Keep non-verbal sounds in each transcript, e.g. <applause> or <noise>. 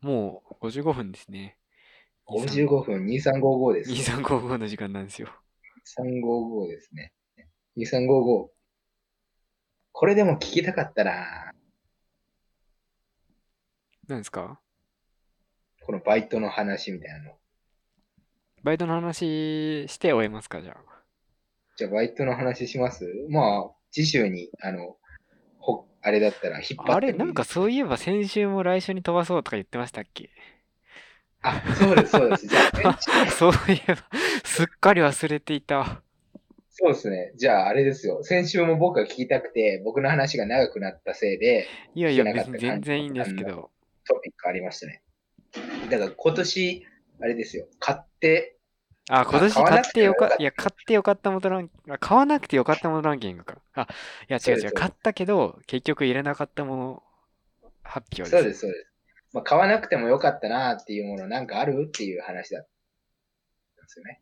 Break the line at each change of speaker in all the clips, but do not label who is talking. もう55分ですね。
55分、2355です。
2355の時間なんですよ。
2355ですね。2355。これでも聞きたかったな。
何ですか
このバイトの話みたいなの。
バイトの話して終えますかじゃあ。
じゃあ、バイトの話しますまあ、次週に、あの、ほあれだったら引っ張って
あれ
も
ない
い
んかそういえば先週も来週に飛ばそうとか言ってましたっけ
あ、そうです、そうです。じゃあ、
そういえば、 <laughs> すっかり忘れていた。
そうですね。じゃあ、あれですよ。先週も僕が聞きたくて、僕の話が長くなったせいで、
いやいや、
聞けな
別
かった
に全然いいんですけど。
トピックありましたね。だから今年、あれですよ。買って、
あ、今年
買わ
買
な
っ
く
て
て
よ
よか
か
った
いや、買ってよかったものランキング、あ買わなくてよかったものランキングか。あ、いや
そ
違
う
う
です
違、
そううです
買ったけど、結局入れなかったもの発表です。
そうです、そうです。まあ、買わなくてもよかったなっていうものなんかあるっていう話だったんですよね。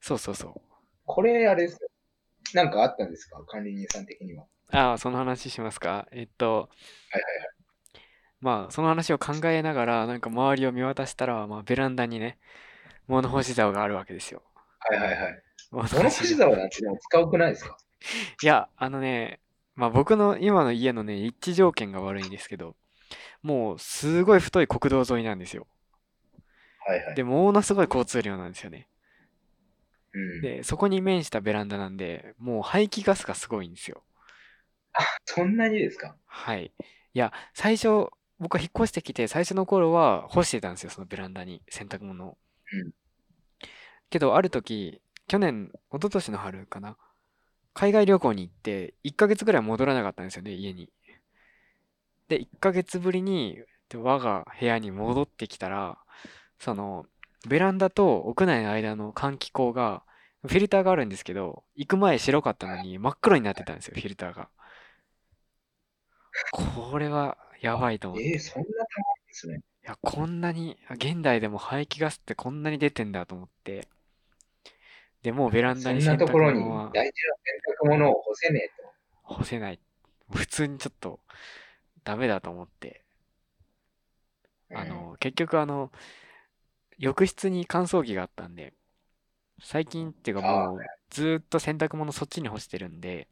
そうそうそう。
これ、あれですよ。なんかあったんですか管理人さん的には。
ああ、その話しますか。えっと、
はいは
まあ、その話を考えながら、なんか周りを見渡したら、まあ、ベランダにね、物干し竿があるわけですよ。
いはい。はいはいはい。
物
物
干
干
し
し
竿。
竿なんてでも使うくないですか
いや、あのね、まあ、僕の今の家のね、立地条件が悪いんですけど、もう、すごい太い国道沿いなんですよ。
はいはい。
で、ものすごい交通量なんですよね。
うん、
で、そこに面したベランダなんで、もう排気ガスがすごいんですよ。
そんなにですか
はい。いや、最初、僕は引っ越してきて、最初の頃は干してたんですよ、そのベランダに、洗濯物を
うん。
けど、ある時、去年、一昨年の春かな、海外旅行に行って、1ヶ月ぐらい戻らなかったんですよね、家に。で、1ヶ月ぶりに、で我が部屋に戻ってきたら、その、ベランダと屋内の間の換気口が、フィルターがあるんですけど、行く前白かったのに真っ黒になってたんですよ、フィルターが。これはやばいと思って。い
えー、そんなたまるんですね。
や、こんなに、あ現代でも排気ガスってこんなに出てんだと思って。でもうベラン
そ
ダ
ん
に
な
洗
と
濯
ころに
物
大
は
事な洗濯物を干せねえと。
干せない。普通にちょっとダメだと思って。あの、結局あの、浴室に乾燥機があったんで、最近っていうか
あー
もうずーっと洗濯物そっちに干してるんで、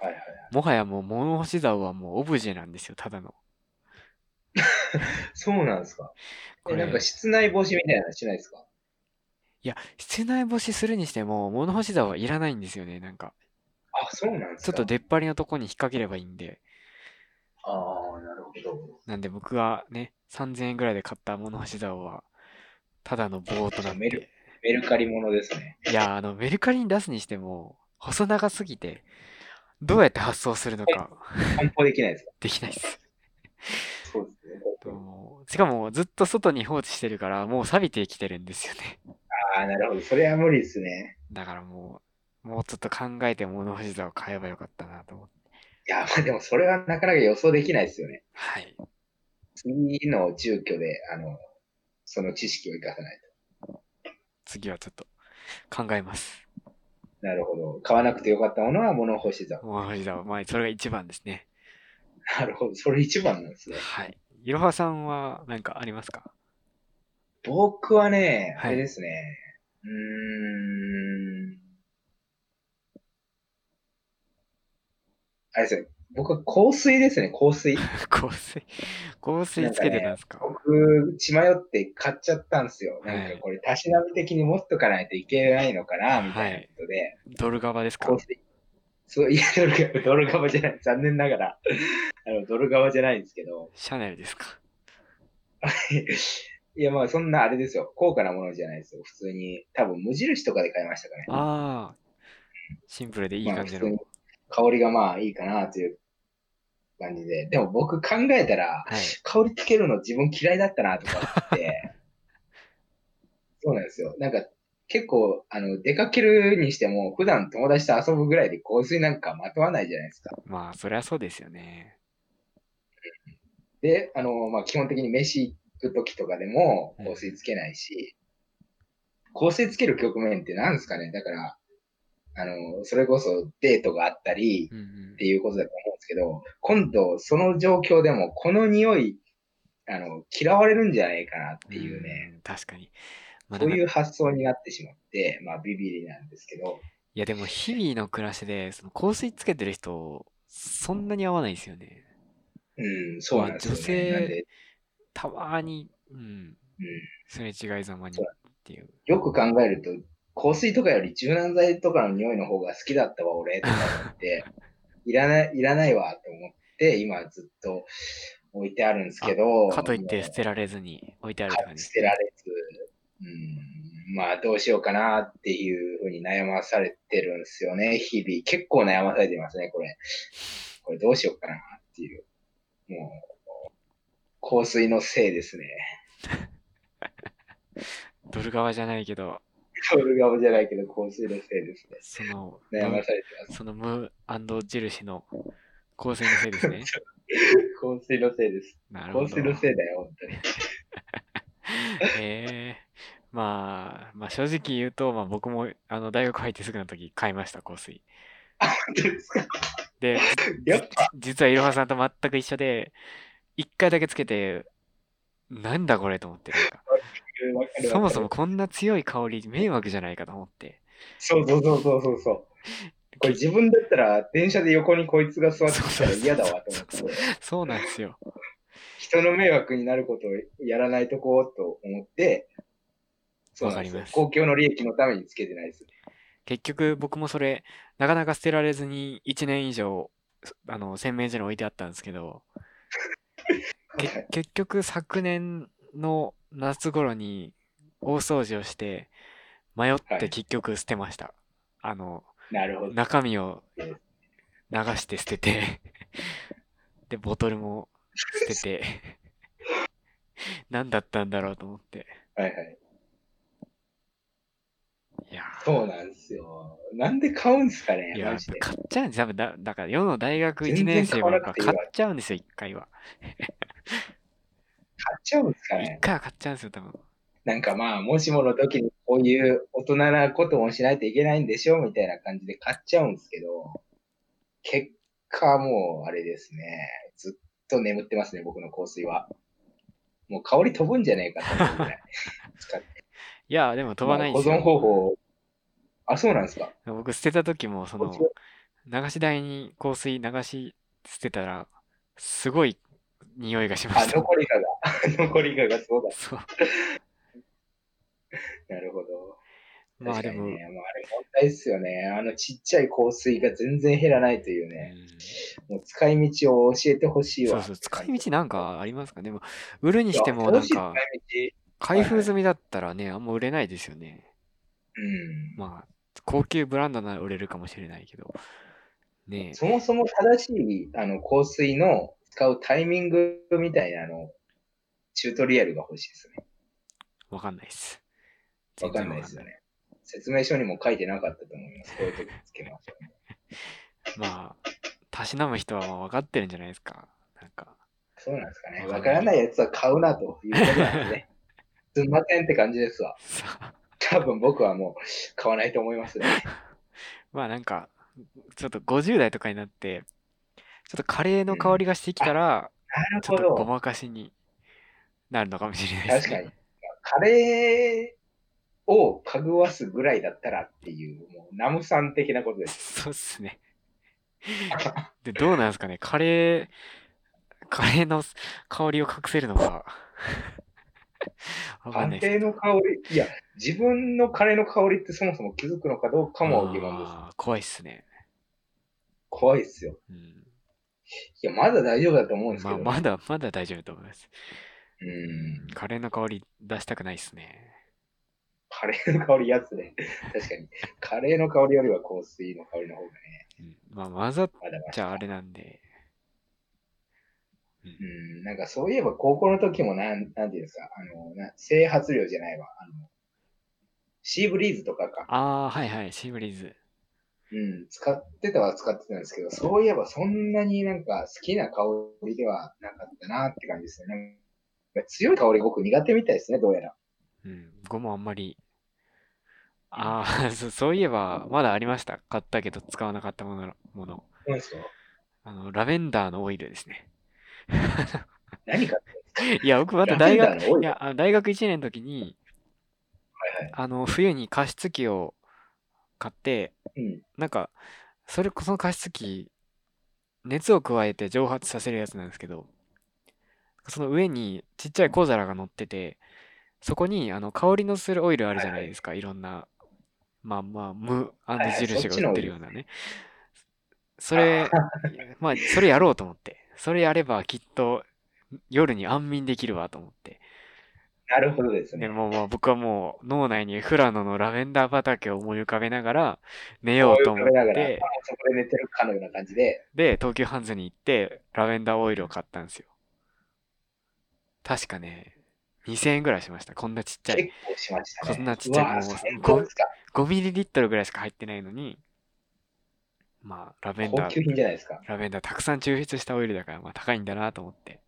うん、はいはい。
もはやもう物干し竿はもうオブジェなんですよ、ただの。
そうなんですか。
こ
え、なん
れ
か、室内干しみたいなのしないですか
いや、室内干しするにしても物干し竿はいらないんですよね、なんか。
あ、そうなんです
ちょっ
か
と出っ張りのとこに引っ掛ければいいんで。
ああ、なるほど。
なんで僕がね、3000円ぐらいで買った物干し竿は、ただの棒となっ
メル
て。
メルカリものですね。
いや、あの、メルカリに出すにしても、細長すぎて、どうやって発送するのか、
散歩できないですか
できないっす。
そうですね。
もうしかも、ずっと外に放置してるから、もう錆びてきてるんですよね。
ああ、なるほど。それは無理ですね。
だからもう、もうちょっと考えて物干し竿を買えばよかったなと思って。
いや、まあでもそれはなかなか予想できないですよね。
はい。
次の住居で、あの、その知識を生かさない
次はちょっと考えます。
と。なるほど。買わなくてよかったものは物干しだ。
物干し竿、まあ、それが一番ですね。
なるほど。それ一番なんですね。
はい。いろはさんは何かありますか <laughs>
僕はね、
はい
あれですね。うーん。あれですね。僕は香水ですね、
<laughs>
香水。
香水、香水つけてたんですか
僕、血迷って買っちゃったんですよ。
はい
なんかこれ、たしなみ的に持っとかないといけないのかな、みたいなことで、
ドルガバですか
こうして、そう、いや、ドルガバ、ドルガバじゃない、残念ながら、あの、ドルガバじゃないんですけど、
シャネルですか
いや、まあ、そんなあれですよ、高価なものじゃないですよ、普通に、多分無印とかで買いましたかね。
ああ。シンプルでいい
まあ
感じ
普通
の
に。香りがまあいいかなという感じで、でも僕考えたら、
はい。
香りつけるの自分嫌いだったなとか
<laughs>
って、そうなんですよ。なんか結構あの出かけるにしても、普段友達と遊ぶぐらいで香水なんかまとわないじゃないですか。
まあ、そりゃそうですよね。
で、あの、まあ、基本的に飯行く時とかでも香水つけないし、香水つける局面って何ですかね。だから、あの、それこそデートがあったり、
うんう
っ
ん
て。いうことだと思うんですけど、今度その状況でもこの匂い、あの、嫌われるんじゃないかなっていうね、
うん確かに。まあ、
そ
で
う
も
い
いう
発想になってしまって、まあ、ビビりなんですけど、
やでも日々の暮らしで、その香水つけてる人、そんなに合わないですよね。
うん、そうなんですよ、ね。
女性
なんで、
たまに、うん、すれ違いざまにっていう。
うん、よく考えると、香水とかより柔軟剤とかの匂いの方が好きだったわ、俺、とか思
<laughs>
って、いらない、いらないわ、と思って、今ずっと置いてあるんですけど、
かといっ
も
て
う
捨てられずに置いてあるって感じ
捨。てられず、うん、まあどうしようかなっていうふうに悩まされてるんですよね、日々。結構悩まされてますね、これ。これどうしようかなっていう。もう、香水のせいですね。
ドル側じゃないけど、
ドル顔じゃないけど、香水のせいですね。
その、
悩ま
ム
されてます。
その無印の香水のせいです
<laughs>
ね。
香水のせいです。
なるほど。
香水のせいだよ、本当に。
ええまあ、まあ正直言うと、まあ僕もあの大学入ってすぐの時買いました、香水。
本当ですか
で、
やっぱ、
実はいろはさんと全く一緒で、一回だけつけて、なんだこれと思って、なんか、
わかるわかる
そもそもこんな強い香り、迷惑じゃないかと思って。
そうそうそうそうそうそう。これ自分だったら、電車で横にこいつが座ってたら嫌だわと思
そう
って。
そうなんですよ。
人の迷惑になることをやらないとこうと思って、そうなんですよ
わかります
公共の利益のためにつけてないです。
結局僕もそれ、なかなか捨てられずに1年以上、あの、洗面所に置いてあったんですけど、け結局昨年の夏頃に大掃除をして迷っ
は
て
い
結局捨てました、あの
<laughs> なるほど。
中身を流して捨て
<laughs>
てでボトルも捨てて何だったんだろうと思って
はいはい。
いやー
そうなんですよ。なんで買うんすかね
い、や
マ
やっ
ジで
ぱ。買っちゃうんですよ多分だだから世の大学1
全然
年生は
買わなくていい
買
わ
っちゃうんですよ1回は
買っちゃうんすか
1
ね。
回は買っちゃうんですよ多分
なんかまあ、もしもの時にこういう大人なこともしないといけないんでしょみたいな感じで買っちゃうんですけど、結果もうあれですね。ずっと眠ってますね、僕の香水は。もう香り飛ぶんじゃねえかと思うぐ
<laughs>
らい使って
いやーでも飛ばないんです
まあ
よ
保存方法。あ、そうなんですか。
僕捨てた時もその
こっちは
流し台に香水流し捨てたらすごい匂いがしま
あ、
した
残りがが。 <laughs> 残りががそうだ。
そう
なるほど。
まあ
確
で
かに
も、
ね、もうあれ問題ですよね。あのちっちゃい香水が全然減らないというね、もう使い道を教えてほし
うん
い
そう
わ。
そう使い道なんかありますかでも売るにしても
いや
な
正
ん
しい
か
使い
開封済みだったらねあんま売れないですよね
道。うん。
まあ高級ブランドなら売れるかもしれないけどねえ
そもそも正しいあの香水の使うタイミングみたいなあの、チュートリアルが欲しいですね。
わかんないっす
わかんないですよね。説明書にも書いてなかったと思います。こういう時つけましょう。
全然わかんないまあたしなむ人はもう分かってるんじゃないですかなんか
そうなんですかね。
わ
わ
か
か
んない
らないやつは買うなということなんですね。すんませんって感じですわ。
さあ
多分僕はもう買わないと思いますね。
まあなんか、ちょっと50代とかになって、ちょっとカレーの香りがしてきたら、
なる
ちょ
ほ
っとご
ど。
まかしになるのかもしれないで
確
す
か
ね。
に。カレーをかぐわすぐらいだったらっていう、もうナムさん的なことです。
そうっすね。で、どうなんですかね。カレー、カレーの香りを隠せるの
<laughs>
か。わかんな
安
いです。
定の香り、いや、自分のカレーの香りってそもそも気づくのかどうかも疑問です。
あー怖いっすね。
怖いですよ。
うん。
いや、まだ大丈夫だと思うんですけ
まあ、
ど。
まだ、まだ大丈夫と思います。
う。
うんん。カレーの香り出したくないっすね。
カレーの香りやつね。 <laughs> 確かに。カレーの香りよりは香水の香りの方がね、
うん、まあ、混ざっ
まだまだ
ちゃあれなんで。
うん、なんかそういえば高校の時もなん、なんていうんですか、あの、な整髪量じゃないわ。あの、シーブリーズとかか。
ああ、はいはい、シーブリーズ。
うん、使ってたは使ってたんですけど、そういえばそんなになんか好きな香りではなかったなって感じですね。なんか強い香り僕苦手みたいですね、どうやら。
うん、僕もあんまり。ああ、そそういえば、まだありました。買ったけど使わなかったもの、もの。
何ですか
あの、ラベンダーのオイルですね。
何買ったんです
いや、僕また
ラ
大
ベン
学
ダ、ーの多
い
いよ。
や、あの大学1年の時に、
はいはい。
あの、冬に加湿器を買って、
うん。
なんか、それこその加湿器、熱を加えて蒸発させるやつなんですけど、その上にちっちゃい小皿が乗ってて、そこにあの香りのするオイルあるじゃないですか、いろんな、まあまあ、無
いはい
印が
そっちの
売
オ
っ
イ
て
ル
るようなね。そ
<laughs>
れ、まあ、それやろうと思って。それやればきっと夜に安眠できるわと思って。
なるほどです
で
ね。
もうもう僕はもう脳内に富良野のラベンダー畑を思い浮かべながら寝ようと思っ
思い浮かべながら
て、
そこで寝てるかのような感じで、
で、東急ハンズに行ってラベンダーオイルを買ったんですよ。確かね、2000円ぐらいしました。こんなちっちゃい。
結構しましたね。
こんなちっちゃいう
わ
もう
最高ですか。
5ml ぐらいしか入ってないのに、まあ、ラベン
高
ダ
級
ー、
品じゃないですか。
ラベンダーたくさん抽出したオイルだから、まあ高いんだなと思って。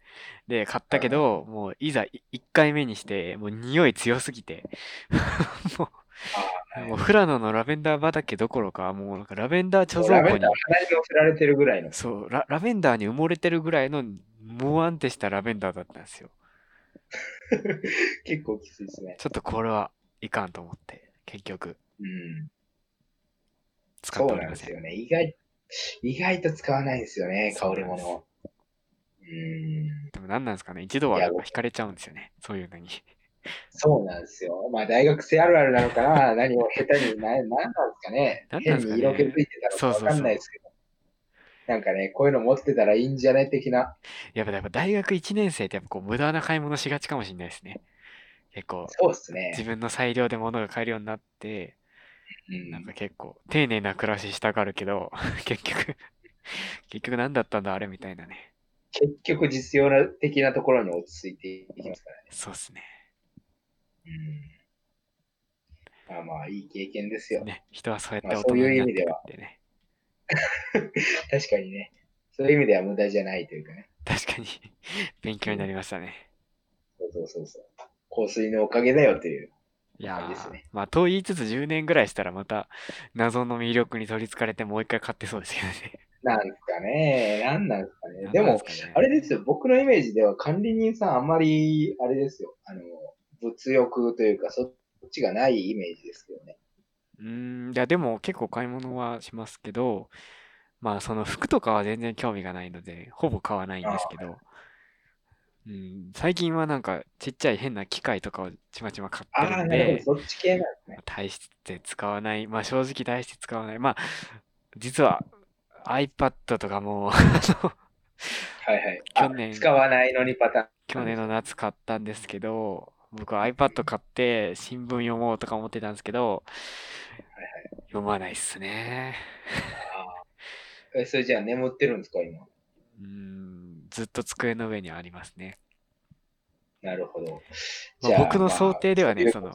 で、買ったけど、もういざ1回目にして、もう匂い強すぎて、 <laughs> もう、
はい
もう富良野のラベンダー畑どころか、もうなんかラベンダー貯蔵
ラベ
庫
ン
に
ダー、鼻に乗せられてるぐらいの。
そうラ、ラベンダーに埋もれてるぐらいの、もう安定したラベンダーだったんですよ。
結構きついですね。
ちょっとこれはいかんと思って、結局、
うん。
使
そ
って
う
おり
なん
ま
で
せ
す
ん。
よね。意外、意外と使わないんですよね、
そ
香
う
り
なんです
物。うん。
でも何なんですかね、一度はいや
や
っぱ惹かれちゃうんですよね、そういうのに。 <laughs>
そうなんですよ。まあ大学生あるあるなのか
<laughs>
な、何を下手にな、なんなんですかね。
何なん
変
ですか
に
ね
色気づいてたのかわかんないですけど。なんかね、こういうの持ってたらいいんじゃない的な。
やっぱやっぱ大学1年生ってやっぱこう無駄な買い物しがちかもしれないですね。結構、
そうです
自
ね。
分の裁量で物が買えるようになって、
うん
なんか結構丁寧な暮らししたがるけど、 <laughs> 結局、結局何だったんだあれみたいなね。
結局実用的なところに落ち着いていきますからね。
そうっすね。
うん、まあまあ、いい経験ですよ。
ね、人はそうやって
まあ
大人になっていくってね。
確かにね。そういう意味では無駄じゃないというかね。
<laughs> 確かに勉強になりましたね。
そうそうそうそう。香水のおかげだよという。
いや
あ
ー
れですね
まあと言いつつ10年ぐらいしたらまた謎の魅力に取りつかれてもう一回買ってそうですけど
<laughs>
ね。
なんすかね。なんなんすかね。でも、あれです
よ。
よ、僕のイメージでは管理人さんあんまり、あれですよ、あの、物欲というか、そっちがないイメージですけどね。
うーん、いやでも結構買い物はしますけど、まあその服とかは全然興味がないので、ほぼ買わないんですけど、うん、最近はなんかちっちゃい変な機械とかをちまちま買
あ
って
あ、
るん
なる
で、
ほど、そっち系なんですね。
大して使わない、まあ正直大して使わない、まあ実は iPad とかもう
はいはい。
去年
あ使わないのにパターン。
去年の夏買ったんですけど、僕は iPad 買って新聞読もうとか思ってたんですけど、読まないっすね。
えそれじゃあ眠ってるんですか、今。
うん、ずっと机の上にありますね。
なるほど。
まあ僕の想定ではねその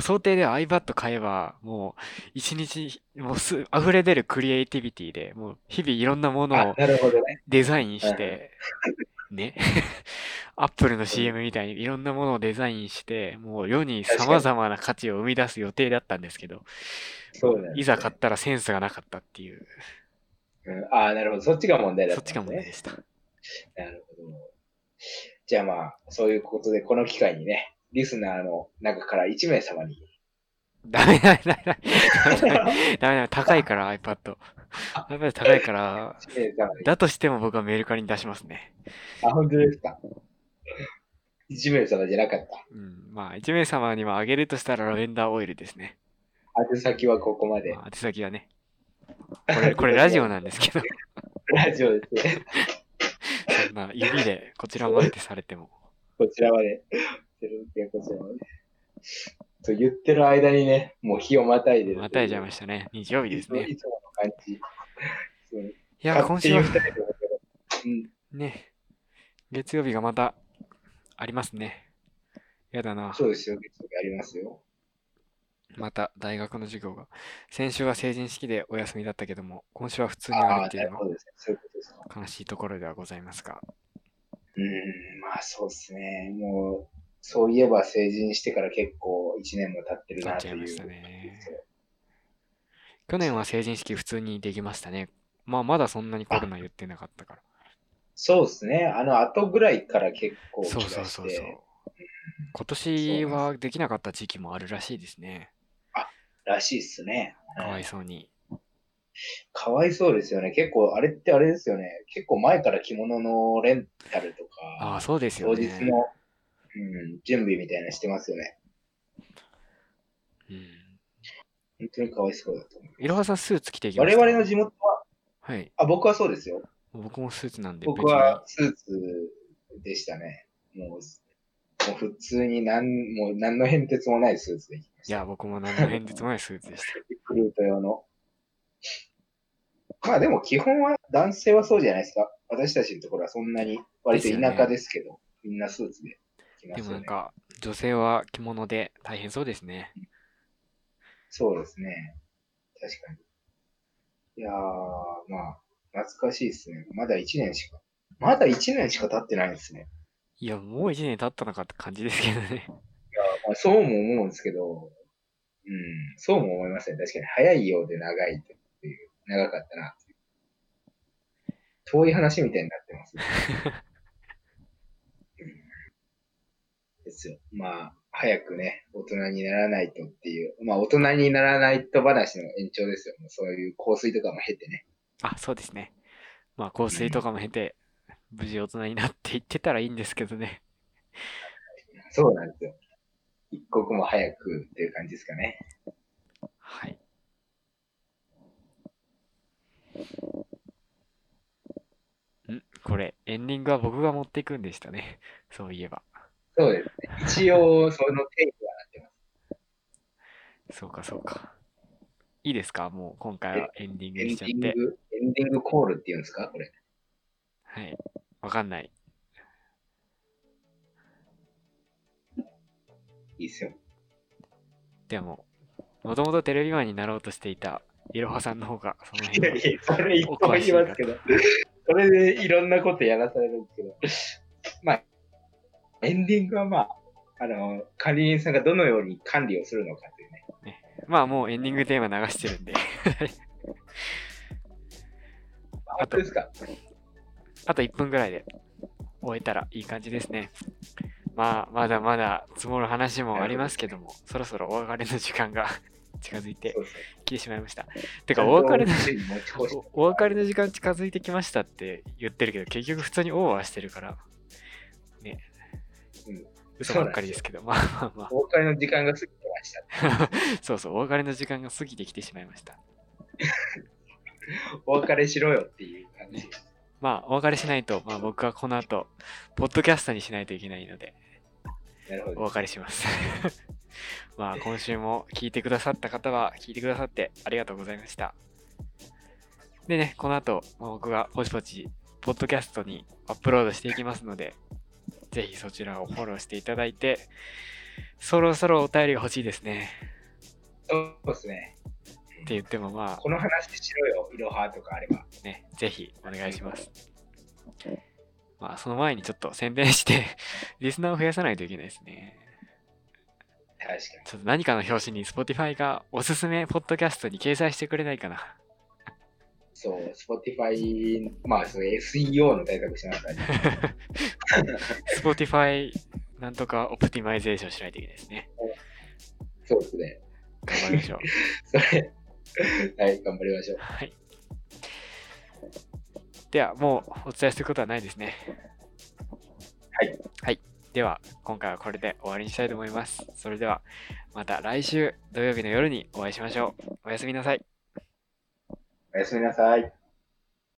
想定では iPad 買えば、もう一日、もうす、溢れ出るクリエイティビティで、もう日々いろんなもの
あ
を、
なるほどね。
デザインして、ね、 <laughs> アップルの CM みたいにいろんなものをデザインして、もう世に
確か
様
に
々な価値を生み出す予定だったんですけど、
そうなんですね
いざ買ったらセンスがなかったっていう、
うん、ああ、なるほど。そっちが問題だ
そ
た
っ
ん
ち
です
が
ね
問題でした。
なるほど。じゃあまあ、そういうことで、この機会にね、リスナーの中から1名様に。
ダメダメダメダ <laughs> メダメダメダメダメ高いから iPad。iPad 高いから、
1名様に
だとしても僕はメルカリに出しますね。
あ、本当ですか。一名様じゃなかった。
うん、まあ、1名様にはあげるとしたらラベンダーオイルですね。
宛先はここまで
ま。あ、宛先はね。これ、これラジオなんですけど。
ラジオですね。
そんな指でこちらまでってされても。
こちらまで。こちらまで。と言ってる間にね、もう日をまたいでる。
またいじゃいま
し
したね。日曜日ですね。い
いつもの感じ。そう
や、今週は
勝手に二人で思ってるうん、
ね、月曜日がまたありますね。やだな。
そうですよ。月曜日ありますよ。
また大学の授業が。先週は成人式でお休みだったけども、今週は普通にあ
あ
る
あ、
って
ないる
うの
ほどですね。そういうことですか。
悲しいところではございますが。
うん、まあそうですね。もう、そういえば成人してから結構1年も経ってる
な
な
っ
と
ちゃい
いう。
ましたね。去年は成人式普通にできましたね。まあ、まだそんなにコロナ言ってなかったから。
そうですね。あの後ぐらいから結構気
そ
が
う
して。
そうそうそう。今
そ
年
うなん
は
です
できなかった時期もあるらしいですね。
らしいっすね。
かわいそうに。
かわいそうですよね。結構、あれってあれですよね。結構前から着物のレンタルと
ああ、
か、
そうですよ
当
ね。
日の、うん、準備みたいなのしてますよね。
うん。
本当にかわいそうだと思う。
いろはさんスーツ着ていきま
我
した
々の地元は、
はい。
あ、僕はそうですよ。
僕もスーツなんで
僕はスーツでしたね。もう、もう普通になんもう何の変哲もないスーツで行きまし
い
た。
や、僕も何の変哲もないスーツでした。
リクルート用の。まあでも基本は男性はそうじゃないですか。私たちのところはそんなに割と田舎ですけど、みんなスーツで来ま
ですも
よ
なん
ね。
か、女性は着物で大変そうですね。
そうですね。確かに。いやー、まあ、懐かしいですね。まだ1年しか。まだ1年しか経ってないんですね。
いや、もう一年経ったのかって感じですけどね。 <laughs>
まあ、そうも思うんですけど、うん、そうも思いますね。確かに早いようで長いっていう、長かったなっていう。遠い話みたいになってますね。うんですよ。まあ、早くね、大人にならないとっていう、まあ、大人にならないと話の延長ですよ。もうそういう香水とかも経てね。
あ、そうですね。まあ、香水とかも経て、無事大人になっていってたらいいんですけどね。
そうなんですよ。一刻も早くっていう感じですかね。
はい。んこれ、エンディングは僕が持っていくんでしたね。 <laughs> そういえば。
そうですね。一応、その定義はなってます。
そうか、そうか。いいですかもう今回はエンディングにしちゃっ
エンディン
て。
グ、エンディングコールっていうんですかこれ。
はい。わかんない。
いいっすよ。
でも、もともとテレビマンになろうとしていたいろはさんの方が、その
い
辺 <laughs> は
や
い
や、それ一個も言いますけど。それでいろんなことやらされるんですけど。まあ、エンディングはまあ、あの、管理人さんがどのように管理をするのかというね。
まあもうエンディングテーマ流してるんで。 <laughs>
まあ
あ
本
と
当ですか
あと1分ぐらいで終えたらいい感じですね。まあ、まだまだ積もる話もありますけども、そろそろお別れの時間が <laughs> 近づいて
そうそう
きてしまいました。てか、お別れの、
ちゃんと持ち越し
おお別れの時間近づいてきましたって言ってるけど、結局普通にオーバーしてるから、ね
うん。
嘘ばっかりですけど、まあまあまあ、
お別れの時間が過ぎてました。
そうそう、お別れの時間が過ぎてきてしまいました。
お別れしろよっていう感じ。
まあ、お別れしないと、まあ僕はこの後、ポッドキャストにしないといけないので、
なるほ
お
ど。
別れします。 <laughs> まあ今週も聞いてくださった方は聞いてくださってありがとうございました。でね、この後、まあ僕がポチポチ、ポッドキャストにアップロードしていきますので、ぜひそちらをフォローしていただいて、そろそろお便りが欲しいですね。
そうですね。
って言ってもま
この話しろよ、いろはとかあれば。
あね、ぜひお願いします。まあその前にちょっと宣伝して、リスナーを増やさないといけないですね。
確かに。
ちょっと何かの表紙に Spotify がおすすめポッドキャストに掲載してくれないかな。
そう、Spotify、まあ、その SEO の対策しますからね。
Spotify なんとかオプティマイゼーションしないといけないですね。
そうですね。
頑張りましょう。
それ、はい、頑張りましょう。
はい。では、もうお伝えすることはないですね。
はい。
はい。では、今回はこれで終わりにしたいと思います。それでは、また来週土曜日の夜にお会いしましょう。おやすみなさい。
おやすみなさい。